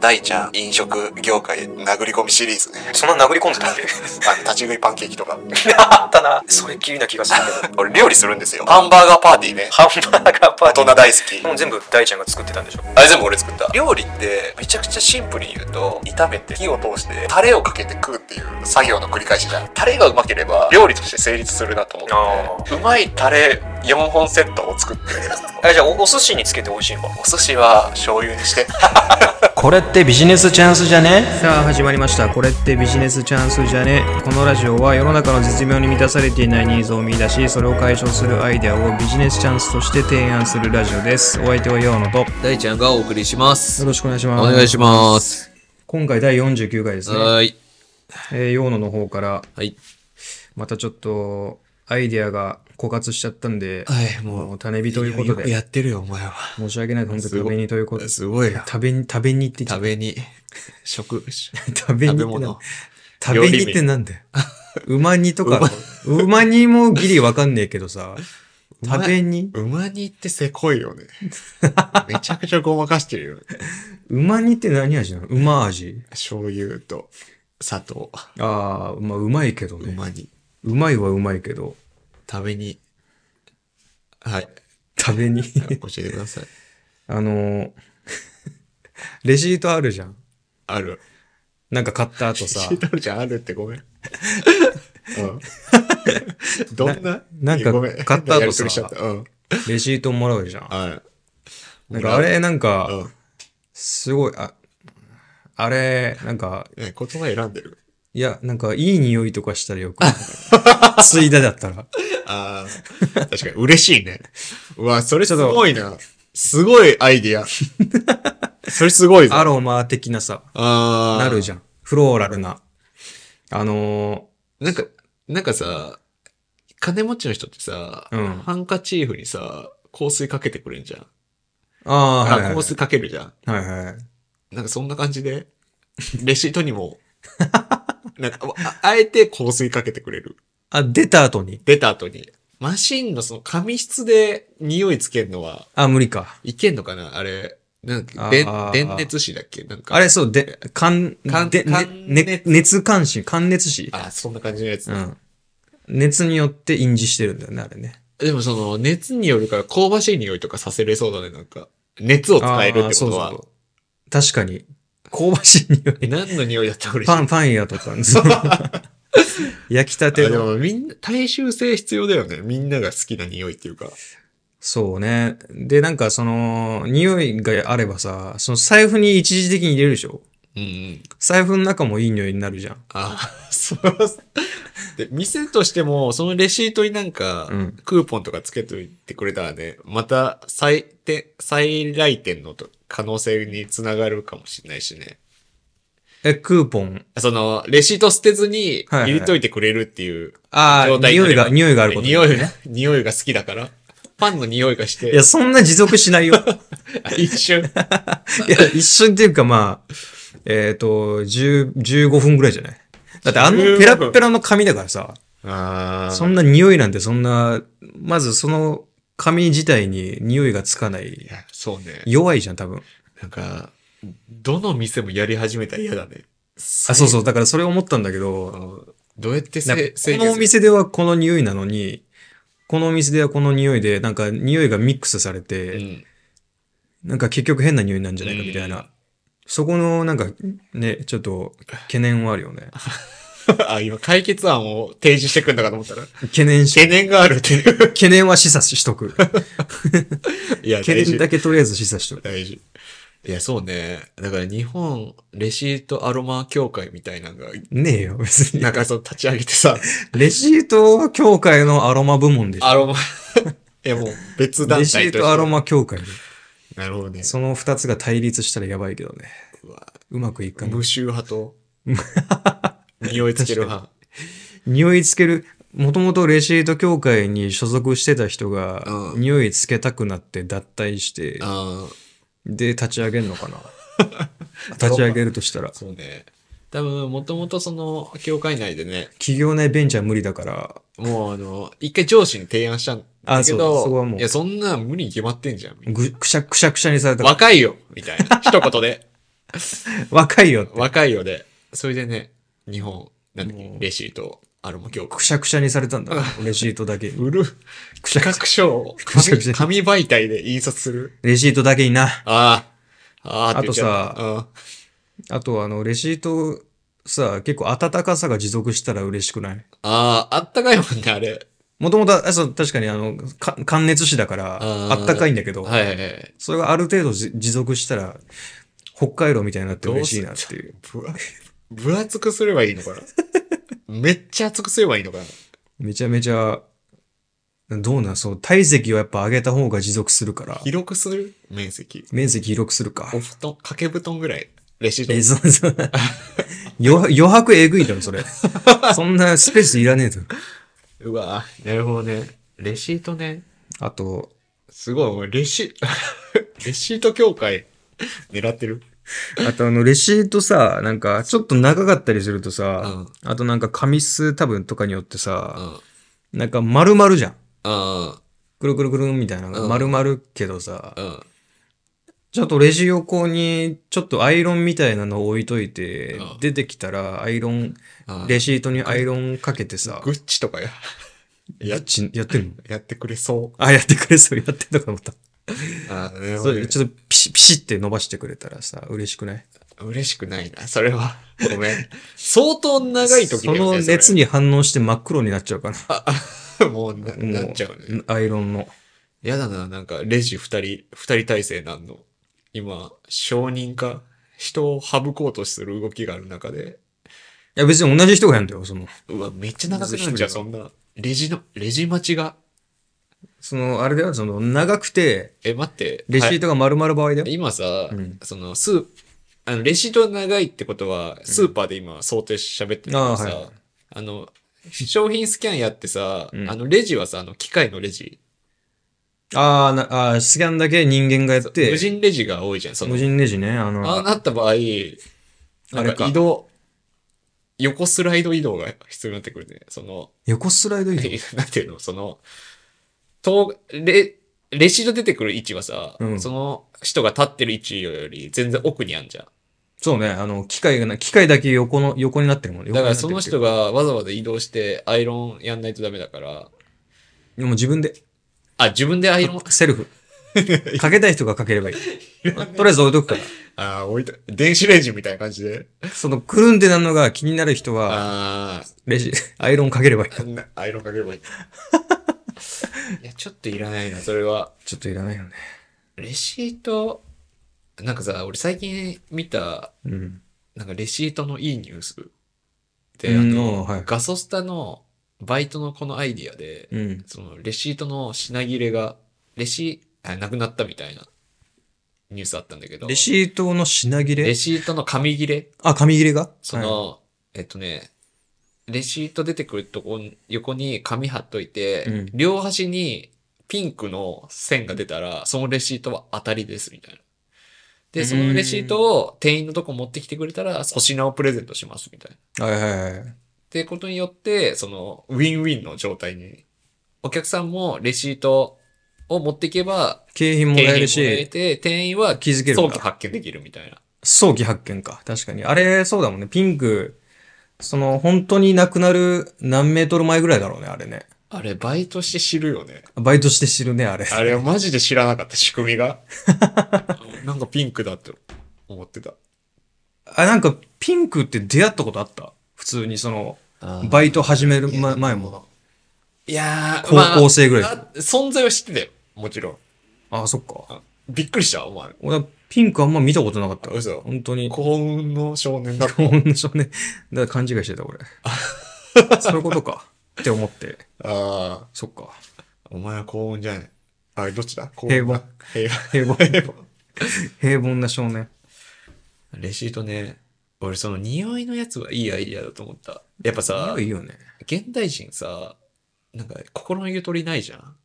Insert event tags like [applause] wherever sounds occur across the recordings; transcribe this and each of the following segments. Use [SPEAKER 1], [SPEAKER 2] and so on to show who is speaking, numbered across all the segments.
[SPEAKER 1] 大ちゃん飲食業界殴り込みシリーズね
[SPEAKER 2] [laughs] そんな殴り込んでたっけ
[SPEAKER 1] あの立ち食いパンケーキとか [laughs]
[SPEAKER 2] あったな。それっきりな気がする [laughs] けど。
[SPEAKER 1] 俺料理するんですよハンバーガーパーティーね
[SPEAKER 2] ハンバーガーパ
[SPEAKER 1] 大人
[SPEAKER 2] ーティー。
[SPEAKER 1] 大好き
[SPEAKER 2] もう全部大ちゃんが作ってたんでしょ。
[SPEAKER 1] あれ全部俺作った料理ってめちゃくちゃシンプルに言うと炒めて火を通してタレをかけて食うっていう作業の繰り返しじゃんタレがうまければ料理として成立するなと思ってうまいタレ4本セットを作
[SPEAKER 2] [laughs]
[SPEAKER 1] って
[SPEAKER 2] あじゃあおお寿司につけて美味しいのか
[SPEAKER 1] お寿司は醤油にして
[SPEAKER 3] これってビジネスチャンスじゃねさあ始まりましたこれってビジネスチャンスじゃねこのラジオは世の中の絶妙に満たされていないニーズを見出しそれを解消するアイデアをビジネスチャンスとして提案するラジオですお相手はヨーノとよ
[SPEAKER 4] 大ちゃん [laughs] がお送りします。
[SPEAKER 3] ろしくお願いし
[SPEAKER 4] お
[SPEAKER 3] ます
[SPEAKER 4] 願いします。
[SPEAKER 3] 今回第49回ですね、
[SPEAKER 4] はーい。
[SPEAKER 3] えー、ヨーノの方から
[SPEAKER 4] はい。
[SPEAKER 3] またちょっとアイデアが枯渇しちゃったんで、
[SPEAKER 4] はい、
[SPEAKER 3] も
[SPEAKER 4] も
[SPEAKER 3] う
[SPEAKER 4] う。
[SPEAKER 3] 種火ということ
[SPEAKER 4] よくや
[SPEAKER 3] で
[SPEAKER 4] ってるよ、お前は。
[SPEAKER 3] 申し訳ない本当
[SPEAKER 4] すご
[SPEAKER 3] 食べにということ
[SPEAKER 4] すごいよ。
[SPEAKER 3] 食べに食べにって
[SPEAKER 4] 食べに。 [laughs] 食、食
[SPEAKER 3] 食べに
[SPEAKER 4] べ
[SPEAKER 3] ってな
[SPEAKER 4] 物。
[SPEAKER 3] 食べにってなんだよ。馬にとか、馬にもギリわかんねえけどさ、
[SPEAKER 4] [laughs] 馬
[SPEAKER 3] 食べに
[SPEAKER 4] 馬にってせこい [laughs] よね。めちゃくちゃごまかしてるよ。
[SPEAKER 3] 馬にって何味なの馬味。
[SPEAKER 4] 醤油と砂糖。
[SPEAKER 3] ああ、まあうまいけどね。
[SPEAKER 4] 馬に。
[SPEAKER 3] うまいはうまいけど、
[SPEAKER 4] 食べに。はい。
[SPEAKER 3] 食
[SPEAKER 4] [laughs]
[SPEAKER 3] べに。
[SPEAKER 4] 教えてください。
[SPEAKER 3] あのー、レシートあるじゃん。
[SPEAKER 4] ある。
[SPEAKER 3] なんか買った後さ
[SPEAKER 4] シ、ートルちゃんあるってご [laughs] めん。うん。どんな
[SPEAKER 3] ななんか
[SPEAKER 4] ごめん
[SPEAKER 3] 買った後さ
[SPEAKER 4] やりとりしちゃったうん。
[SPEAKER 3] レシートもらうじゃん。
[SPEAKER 4] はい。
[SPEAKER 3] なんかあれ、なん
[SPEAKER 4] う
[SPEAKER 3] か、
[SPEAKER 4] ん。
[SPEAKER 3] すごい、あ、あれ、なんか、
[SPEAKER 4] ね言葉選んでる。
[SPEAKER 3] いや、なんかいい匂いとかしたらよく。
[SPEAKER 4] [laughs]
[SPEAKER 3] ついだだったら。
[SPEAKER 4] ああ、確かに嬉しいね。うわ、それす
[SPEAKER 3] っと
[SPEAKER 4] ごいな。すごいアイディア。それすごいぞ。
[SPEAKER 3] アロマ的なさ。
[SPEAKER 4] あ
[SPEAKER 3] なるじ
[SPEAKER 4] ゃ
[SPEAKER 3] ゃん。フローラルな。あの
[SPEAKER 4] ん。なんか、なんかさ、金持ちの人ってさ、
[SPEAKER 3] うん
[SPEAKER 4] ハンカチーフにさ、香水かけてくれんじゃん。
[SPEAKER 3] ー、ああ、
[SPEAKER 4] あ、
[SPEAKER 3] はいはい、
[SPEAKER 4] 香水かけるじゃん。
[SPEAKER 3] はいはい。
[SPEAKER 4] なんかそんな感じで、レシートに
[SPEAKER 3] [laughs]
[SPEAKER 4] も、なんか、ああえて香水かけてくれる。
[SPEAKER 3] あ、出た後に。
[SPEAKER 4] 出た後に。マシンのその紙質で匂いつけるのは、
[SPEAKER 3] あ、無理か。
[SPEAKER 4] いけんのかなあれ、なん
[SPEAKER 3] あ
[SPEAKER 4] か、
[SPEAKER 3] ー
[SPEAKER 4] でん、電熱紙だっけなんか。
[SPEAKER 3] あれ、そう、で、かん、
[SPEAKER 4] かん
[SPEAKER 3] で、
[SPEAKER 4] か
[SPEAKER 3] ね
[SPEAKER 4] ん
[SPEAKER 3] ね、熱関心、関熱死。
[SPEAKER 4] あ、そんな感じのやつ。
[SPEAKER 3] うん。熱によって印字してるんだよね、あれね。
[SPEAKER 4] でもその、熱によるから香ばしい匂いとかさせれそうだね、なんか。熱を使えるってこと
[SPEAKER 3] あー
[SPEAKER 4] は
[SPEAKER 3] そ。うそうそう確かに、香ばしい
[SPEAKER 4] [laughs]
[SPEAKER 3] 匂い。
[SPEAKER 4] 何の匂いだったら嬉しい。
[SPEAKER 3] パン、パン屋とか、そ
[SPEAKER 4] [laughs]
[SPEAKER 3] の焼きたて
[SPEAKER 4] あで
[SPEAKER 3] の。
[SPEAKER 4] もみんな、大衆性必要だよね。みんなが好きな匂いっていうか。
[SPEAKER 3] そうね。で、なんかその、匂いがあればさ、その財布に一時的に入れるでしょ
[SPEAKER 4] うんうん。
[SPEAKER 3] 財布の中もいい匂いになるじゃん。
[SPEAKER 4] あ、 [laughs] そう。で、店としても、そのレシートになんか
[SPEAKER 3] うん、
[SPEAKER 4] クーポンとかつけといてくれたらね、また再点、再来店のと可能性につながるかもしれないしね。
[SPEAKER 3] え、クーポン。
[SPEAKER 4] その、レシート捨てずに
[SPEAKER 3] はいはい
[SPEAKER 4] 入れといてくれるっていう
[SPEAKER 3] あ
[SPEAKER 4] 状
[SPEAKER 3] あ、
[SPEAKER 4] 態にな
[SPEAKER 3] 匂い
[SPEAKER 4] れば
[SPEAKER 3] が、匂いがあること、
[SPEAKER 4] 匂いが、匂いが好きだから。パンの匂いがし
[SPEAKER 3] い
[SPEAKER 4] て
[SPEAKER 3] や、、そんな持続しないよ。い
[SPEAKER 4] 一
[SPEAKER 3] [laughs]
[SPEAKER 4] 瞬。
[SPEAKER 3] や、一瞬っていうかまあ、えっ、と、10 15分ぐらいじゃないだってあの
[SPEAKER 4] 15
[SPEAKER 3] ペラッペラの紙だからさ、
[SPEAKER 4] あ
[SPEAKER 3] そんな匂いなんてそんな、まずその紙自体に匂いがつかない。
[SPEAKER 4] そうね。
[SPEAKER 3] 弱いじゃん、多分。
[SPEAKER 4] なんか、どの店もやり始めたら嫌だね。
[SPEAKER 3] あ、そうそう。だからそれ思ったんだけど、
[SPEAKER 4] どうやって
[SPEAKER 3] なんか
[SPEAKER 4] せ制限
[SPEAKER 3] この
[SPEAKER 4] す
[SPEAKER 3] お
[SPEAKER 4] る
[SPEAKER 3] 店ではこの匂いなのに、このお店ではこの匂いで、なんか匂いがミックスされて、
[SPEAKER 4] うん
[SPEAKER 3] なんか結局変な匂いなんじゃないかみたいな。
[SPEAKER 4] うん
[SPEAKER 3] そこのなんかね、ちょ
[SPEAKER 4] [laughs]
[SPEAKER 3] っと懸念はあるよね。
[SPEAKER 4] あ、今、解決案を提示してくんだかと思ったら、
[SPEAKER 3] 懸念し、
[SPEAKER 4] 懸念があるって
[SPEAKER 3] [laughs]
[SPEAKER 4] いう。
[SPEAKER 3] 懸念は示唆
[SPEAKER 4] [laughs]
[SPEAKER 3] しとく。
[SPEAKER 4] いや、
[SPEAKER 3] 懸
[SPEAKER 4] 大
[SPEAKER 3] 念
[SPEAKER 4] 事
[SPEAKER 3] だ。けとりあえず示唆しとく。
[SPEAKER 4] 大事。いや、そうね。だから日本レシートアロマ協会みたいな
[SPEAKER 3] [laughs]
[SPEAKER 4] のが、
[SPEAKER 3] ねえよ、別
[SPEAKER 4] [laughs]
[SPEAKER 3] に
[SPEAKER 4] な。んかそう立ち上げてさ、
[SPEAKER 3] レシート協会のアロマ部門でしょ。
[SPEAKER 4] アロマ、い [laughs] やもう別団体と
[SPEAKER 3] レ
[SPEAKER 4] し
[SPEAKER 3] シ
[SPEAKER 4] て。
[SPEAKER 3] ートアロマ協会で。
[SPEAKER 4] なるほどね。
[SPEAKER 3] その二つが対立したらやばいけどね。
[SPEAKER 4] うわ
[SPEAKER 3] うまくいかない。
[SPEAKER 4] 無臭派
[SPEAKER 3] [laughs]
[SPEAKER 4] と、匂いつける派。
[SPEAKER 3] 匂いつける、もともとレシート協会に所属してた人が、
[SPEAKER 4] うん
[SPEAKER 3] 匂いつけたくなって脱退して、
[SPEAKER 4] ああ、
[SPEAKER 3] で立ち上げるの
[SPEAKER 4] [laughs]
[SPEAKER 3] かな。立ち上げるとしたら。
[SPEAKER 4] そうね。多分、もともとその、協会内でね、
[SPEAKER 3] 企業内ベンチャー無理だから、
[SPEAKER 4] もうあの、一回上司に提案したんだ
[SPEAKER 3] あ、
[SPEAKER 4] け
[SPEAKER 3] そう、
[SPEAKER 4] ど、
[SPEAKER 3] そこはも
[SPEAKER 4] いや、そんな無理に決まってんじゃん。
[SPEAKER 3] う、ぐ、くしゃくしゃくしゃにされた。
[SPEAKER 4] 若いよみたいな。一言で。
[SPEAKER 3] 若いよ。
[SPEAKER 4] 若いよで。それでね、日本、なんだっけ、レシート、アロマ教
[SPEAKER 3] く
[SPEAKER 4] 科。
[SPEAKER 3] しゃくしゃにされたんだ。レシートだけ。
[SPEAKER 4] 売る
[SPEAKER 3] くしゃく
[SPEAKER 4] 企
[SPEAKER 3] しゃ
[SPEAKER 4] 画書
[SPEAKER 3] [laughs]
[SPEAKER 4] を
[SPEAKER 3] くしゃくしゃ
[SPEAKER 4] 紙紙媒体で印刷する。
[SPEAKER 3] レシートだけにな。
[SPEAKER 4] ああ。ああって言っちゃ
[SPEAKER 3] あ
[SPEAKER 4] う
[SPEAKER 3] とあと、あの、レシート、さ、結構温かさが持続したら嬉しくない
[SPEAKER 4] うんああ、あったかいもんね、あれ。
[SPEAKER 3] もともと、あそう確かにあの、か寒熱紙だから、
[SPEAKER 4] あー
[SPEAKER 3] あったかいんだけど、
[SPEAKER 4] はいはいはい。
[SPEAKER 3] それがある程度じ持続したら、北海道みたいになって嬉しいなっていう。
[SPEAKER 4] 分厚分厚くすればいいの [laughs] かなめっちゃ厚くすればいいのかな
[SPEAKER 3] めちゃめちゃ、どうなんそう、体積をやっぱ上げた方が持続するから、
[SPEAKER 4] 広くする面積。
[SPEAKER 3] 面積広くするか
[SPEAKER 4] お。布団、掛け布団ぐらい。レシート。
[SPEAKER 3] え、そうそう。 [laughs] 余余白えぐいだろ、
[SPEAKER 4] [laughs]
[SPEAKER 3] それ。そんなスペースいらねえと。
[SPEAKER 4] うわぁ、なるほどね。レシートね。
[SPEAKER 3] あと、
[SPEAKER 4] すごい、お前、レ [laughs] シ、レシート協会、狙ってる
[SPEAKER 3] あとあの、レシートさ、なんか、ちょっと長かったりするとさ、あとなんか、紙数多分とかによって
[SPEAKER 4] う
[SPEAKER 3] さ、
[SPEAKER 4] ん。
[SPEAKER 3] なんか丸々じゃん。
[SPEAKER 4] うん。
[SPEAKER 3] くるくるくるんみたいな、
[SPEAKER 4] うん
[SPEAKER 3] 丸々けどさ、
[SPEAKER 4] うん。
[SPEAKER 3] ちょっとレジ横に、ちょっとアイロンみたいなのを置いといて
[SPEAKER 4] う、ん
[SPEAKER 3] 出てきたら、アイロン、
[SPEAKER 4] うん
[SPEAKER 3] レシートにアイロンかけてさ
[SPEAKER 4] グ、ッチとかや、
[SPEAKER 3] やっち、やってんの
[SPEAKER 4] やってくれそ
[SPEAKER 3] あ、やってくれそう、やってたかと思った。
[SPEAKER 4] う。ああ、なる
[SPEAKER 3] それちょっとピシピシって伸ばしてくれたらさ、嬉しくない
[SPEAKER 4] 嬉しくないな、それは。ごめん。相当長い時だ
[SPEAKER 3] そ
[SPEAKER 4] よね
[SPEAKER 3] の熱。に反応して真っ黒になっちゃうから。
[SPEAKER 4] それ [laughs] もうな、
[SPEAKER 3] も
[SPEAKER 4] なっちゃうね。
[SPEAKER 3] アイロンの。
[SPEAKER 4] やだな、なんか、レジ二人、二人体制なんの。今、承認か、人を省こうとする動きがある中で、
[SPEAKER 3] いや別に同じ人がやるんだよ、その。
[SPEAKER 4] うわ、めっちゃ長くなん
[SPEAKER 3] まず
[SPEAKER 4] じ
[SPEAKER 3] 一
[SPEAKER 4] ゃ
[SPEAKER 3] 人
[SPEAKER 4] ん、そんな。レジの、レジ待ちが。
[SPEAKER 3] その、あれだよ、その、長くて、
[SPEAKER 4] え、待って。
[SPEAKER 3] レシートが丸々場合だよ。
[SPEAKER 4] はい今さ、
[SPEAKER 3] うん
[SPEAKER 4] その、スー、あの、レシートが長いってことは、スーパーで今想定して喋ってるからさ、
[SPEAKER 3] あー
[SPEAKER 4] あ,、
[SPEAKER 3] はい
[SPEAKER 4] の、商品スキャンやってさ、
[SPEAKER 3] うん
[SPEAKER 4] あの、レジはさ、あの、機械のレジ。
[SPEAKER 3] あーなあー、スキャンだけ人間がやって、
[SPEAKER 4] 無人レジが多いじゃん、その
[SPEAKER 3] 無。人レジね、あの、
[SPEAKER 4] ああなった場合、な
[SPEAKER 3] あれ
[SPEAKER 4] ん
[SPEAKER 3] か
[SPEAKER 4] か移動、横スライド移動が必要になってくるね。その、
[SPEAKER 3] 横スライド移動。
[SPEAKER 4] なんていうの、その、とレ、レシート出てくる位置はさ、
[SPEAKER 3] うん
[SPEAKER 4] その人が立ってる位置より全然奥にあんじゃん。
[SPEAKER 3] そうね、あの、機械がな、機械だけ横の、横になってるもんね。
[SPEAKER 4] だからその人
[SPEAKER 3] が。
[SPEAKER 4] がわざわざ移動してアイロンやんないとダメだから、
[SPEAKER 3] でも自分で、
[SPEAKER 4] あ、自分でアイロン、
[SPEAKER 3] セ
[SPEAKER 4] [laughs]
[SPEAKER 3] ルフ。かけたい人がかければいい。とりあえず置いとくから。
[SPEAKER 4] あ、置いた、電子レンジみたいな感じで。
[SPEAKER 3] その、くるんでな
[SPEAKER 4] [laughs]
[SPEAKER 3] のが気になる人は、
[SPEAKER 4] あー
[SPEAKER 3] レジ、アイロンかければいい。
[SPEAKER 4] あんな、アイロンかければいい。いや、ちょっといらないな、それは。
[SPEAKER 3] ちょっといらないよね。
[SPEAKER 4] レシート、なんかさ、俺最近見た、
[SPEAKER 3] うん。
[SPEAKER 4] なんかレシートのいいニュースで、あ
[SPEAKER 3] うん
[SPEAKER 4] の、
[SPEAKER 3] おーはい
[SPEAKER 4] ガソスタのバイトのこのアイディアで、
[SPEAKER 3] うん。
[SPEAKER 4] そのレシートの品切れが、レシあ、なくなったみたいなニュースあったんだけど、
[SPEAKER 3] レシートの品切
[SPEAKER 4] レ
[SPEAKER 3] れ
[SPEAKER 4] シートの紙切れ、
[SPEAKER 3] あ、紙切れが
[SPEAKER 4] その、えっとね、レシート出てくるとこ、横に紙貼っといて、
[SPEAKER 3] うん
[SPEAKER 4] 両端にピンクの線が出たら、そのレシートは当たりです、みたいな。で、そのレシートを店員のとこ持ってきてくれたら、粗品をプレゼントします、みたいな。っ
[SPEAKER 3] はいはいはい。
[SPEAKER 4] てことによって、その、ウィンウィンの状態に。お客さんもレシートを持っていけば、
[SPEAKER 3] 景品もらえる
[SPEAKER 4] 店員もらえ
[SPEAKER 3] し、
[SPEAKER 4] て、店員は
[SPEAKER 3] 気づけるか
[SPEAKER 4] 早
[SPEAKER 3] ら
[SPEAKER 4] 期発見できるみたいな。
[SPEAKER 3] 早期発見か。確かに。あれ、そうだもんね。ピンク、その、本当になくなる何メートル前ぐらいだろうね、あれね。
[SPEAKER 4] あれ、バイトして知るよね。
[SPEAKER 3] バイトして知るね、あれ。
[SPEAKER 4] あれはマジで知らなかった、仕組み [laughs] が。なんかピンクだって思ってた。
[SPEAKER 3] あ、なんか、ピンクって出会ったことあった普通にその、バイト始めるま前も。
[SPEAKER 4] いやー、
[SPEAKER 3] 高校生ぐらい
[SPEAKER 4] まああ存在は知ってたよ。もちろん。
[SPEAKER 3] あ、そっか。
[SPEAKER 4] あびっくりした、お前。
[SPEAKER 3] 俺はピンクあんま見たことなかった。
[SPEAKER 4] 嘘
[SPEAKER 3] 本当に。
[SPEAKER 4] 幸運の少年だった。
[SPEAKER 3] ほんの少年。だから勘違いして
[SPEAKER 4] [laughs]
[SPEAKER 3] た、俺。そういうことか。って思って。
[SPEAKER 4] あ
[SPEAKER 3] そっか。
[SPEAKER 4] ー、お前は幸運じゃない。あれ、どっちだ幸
[SPEAKER 3] 平
[SPEAKER 4] 運
[SPEAKER 3] 凡
[SPEAKER 4] だ。平
[SPEAKER 3] 平凡
[SPEAKER 4] 凡。平凡。
[SPEAKER 3] 平凡な少年。
[SPEAKER 4] レシートね。俺、その匂いのやつはいいアイディアだと思った。やっぱさ
[SPEAKER 3] いい、よね。
[SPEAKER 4] 現代人さ、なんか心のゆとりないじゃ
[SPEAKER 3] [laughs]
[SPEAKER 4] ん。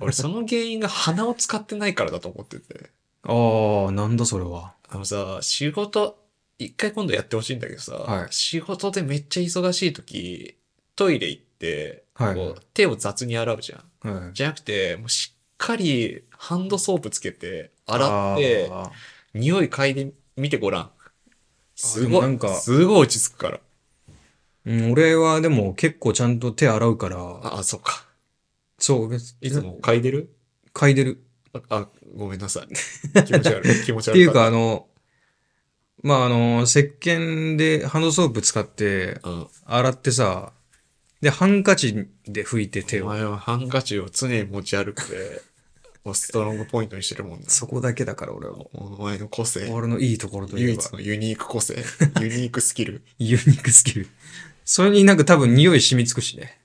[SPEAKER 4] 俺、その原因が鼻を使ってないからだと思ってて。
[SPEAKER 3] ああ、なんだそれは。
[SPEAKER 4] あのさ、仕事、一回今度やってほしいんだけどさ、
[SPEAKER 3] はい
[SPEAKER 4] 仕事でめっちゃ忙しい時、トイレ行って、
[SPEAKER 3] はい
[SPEAKER 4] こう手を雑に洗うじゃん。
[SPEAKER 3] うん。
[SPEAKER 4] じゃなくて、もうしっかりハンドソープつけて、洗って、
[SPEAKER 3] あー
[SPEAKER 4] 匂い嗅いでみてごらん。す
[SPEAKER 3] でも
[SPEAKER 4] ごい、
[SPEAKER 3] なんか
[SPEAKER 4] すごい落ち着くから。
[SPEAKER 3] うん、俺はでも結構ちゃんと手洗うから、
[SPEAKER 4] あ、あ、そっか。
[SPEAKER 3] そう、
[SPEAKER 4] いつも嗅いでる
[SPEAKER 3] 嗅いでる。
[SPEAKER 4] ああ、ごめんな
[SPEAKER 3] [laughs]
[SPEAKER 4] さい。気持ち悪い。気持ち悪
[SPEAKER 3] って
[SPEAKER 4] い。
[SPEAKER 3] いうか、あの、まあ、あの、石鹸でハンドソープ使って、
[SPEAKER 4] うん、
[SPEAKER 3] 洗ってさ、で、ハンカチで拭いて手
[SPEAKER 4] お
[SPEAKER 3] を。
[SPEAKER 4] 前はハンカチを常に持ち歩く
[SPEAKER 3] [laughs]
[SPEAKER 4] で、もうストロングポイントにしてるもんね。
[SPEAKER 3] そこだけだから俺は。
[SPEAKER 4] お前の個性。
[SPEAKER 3] 俺のいいところとい
[SPEAKER 4] 唯
[SPEAKER 3] えば
[SPEAKER 4] 一、のユニーク個性。 [laughs] ユニークスキル。
[SPEAKER 3] ユニークスキル。それになんか多分匂い染みつくしね。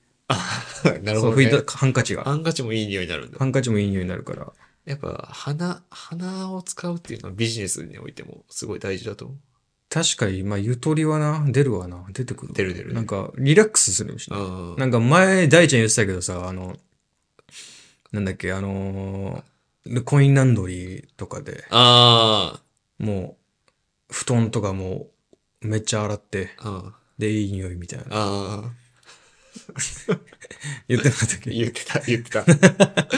[SPEAKER 4] なる
[SPEAKER 3] そ
[SPEAKER 4] ほど、
[SPEAKER 3] う、拭
[SPEAKER 4] ね。
[SPEAKER 3] いたハンカチが。
[SPEAKER 4] ハンカチもいい匂いになるんだ。
[SPEAKER 3] ハンカチもいい匂いになるから。
[SPEAKER 4] やっぱ、鼻、鼻を使うっていうのはビジネスにおいてもすごい大事だと思う。
[SPEAKER 3] 確かに、まあ、ゆとりはな、出るわな、出てくるわ。
[SPEAKER 4] 出る出る
[SPEAKER 3] なんか、リラックスするしね。
[SPEAKER 4] うん
[SPEAKER 3] なんか前、大ちゃん言ってたけどさ、あの、なんだっけ、あのーコインランドリーとかで、
[SPEAKER 4] あ
[SPEAKER 3] もう、布団とかもう、めっちゃ洗って、
[SPEAKER 4] あ、うん。
[SPEAKER 3] で、いい匂いみた [laughs] いな。
[SPEAKER 4] ああ、
[SPEAKER 3] 言ってなかったっけ
[SPEAKER 4] 言ってた、言ってた。 [laughs]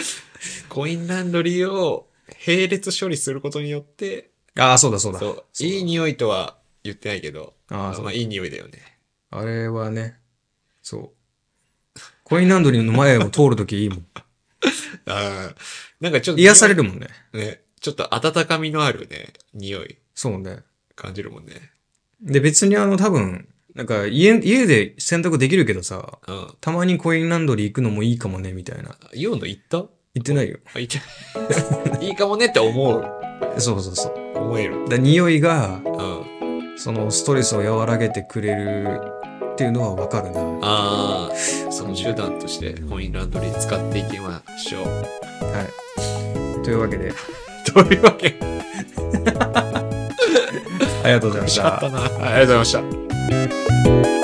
[SPEAKER 4] コインランドリーを並列処理することによって、
[SPEAKER 3] ああ、そうだそうだ。
[SPEAKER 4] そう、
[SPEAKER 3] だ
[SPEAKER 4] いい匂いとは言ってないけど、
[SPEAKER 3] ああ、そう
[SPEAKER 4] まあ、いい匂いだよね。
[SPEAKER 3] あれはね、そう。コインランドリーの前を通るときいい [laughs] もん。
[SPEAKER 4] ああ、なんかちょっと、
[SPEAKER 3] 癒されるもんね。
[SPEAKER 4] ね。ちょっと温かみのあるね、匂い
[SPEAKER 3] そうね。
[SPEAKER 4] 感じるもんね。
[SPEAKER 3] で、別にあの、多分、なんか家、家で洗濯できるけどさ、
[SPEAKER 4] うん。
[SPEAKER 3] たまにコインランドリー行くのもいいかもね、みたいな。
[SPEAKER 4] イオンの行った
[SPEAKER 3] 言ってないよ。
[SPEAKER 4] あ、行って [laughs] ない。いいかもねって思う。
[SPEAKER 3] そうそうそう。
[SPEAKER 4] 思える。
[SPEAKER 3] だから匂いが、
[SPEAKER 4] うん。
[SPEAKER 3] そのストレスを和らげてくれるっていうのはわかるな。
[SPEAKER 4] ああ、その手段としてコインランドリー使っていきましょう。 [laughs]
[SPEAKER 3] はい。というわけで、
[SPEAKER 4] というわけで、
[SPEAKER 3] ありがとうございまし
[SPEAKER 4] ちゃ
[SPEAKER 3] た
[SPEAKER 4] った。な。ありがとうございました。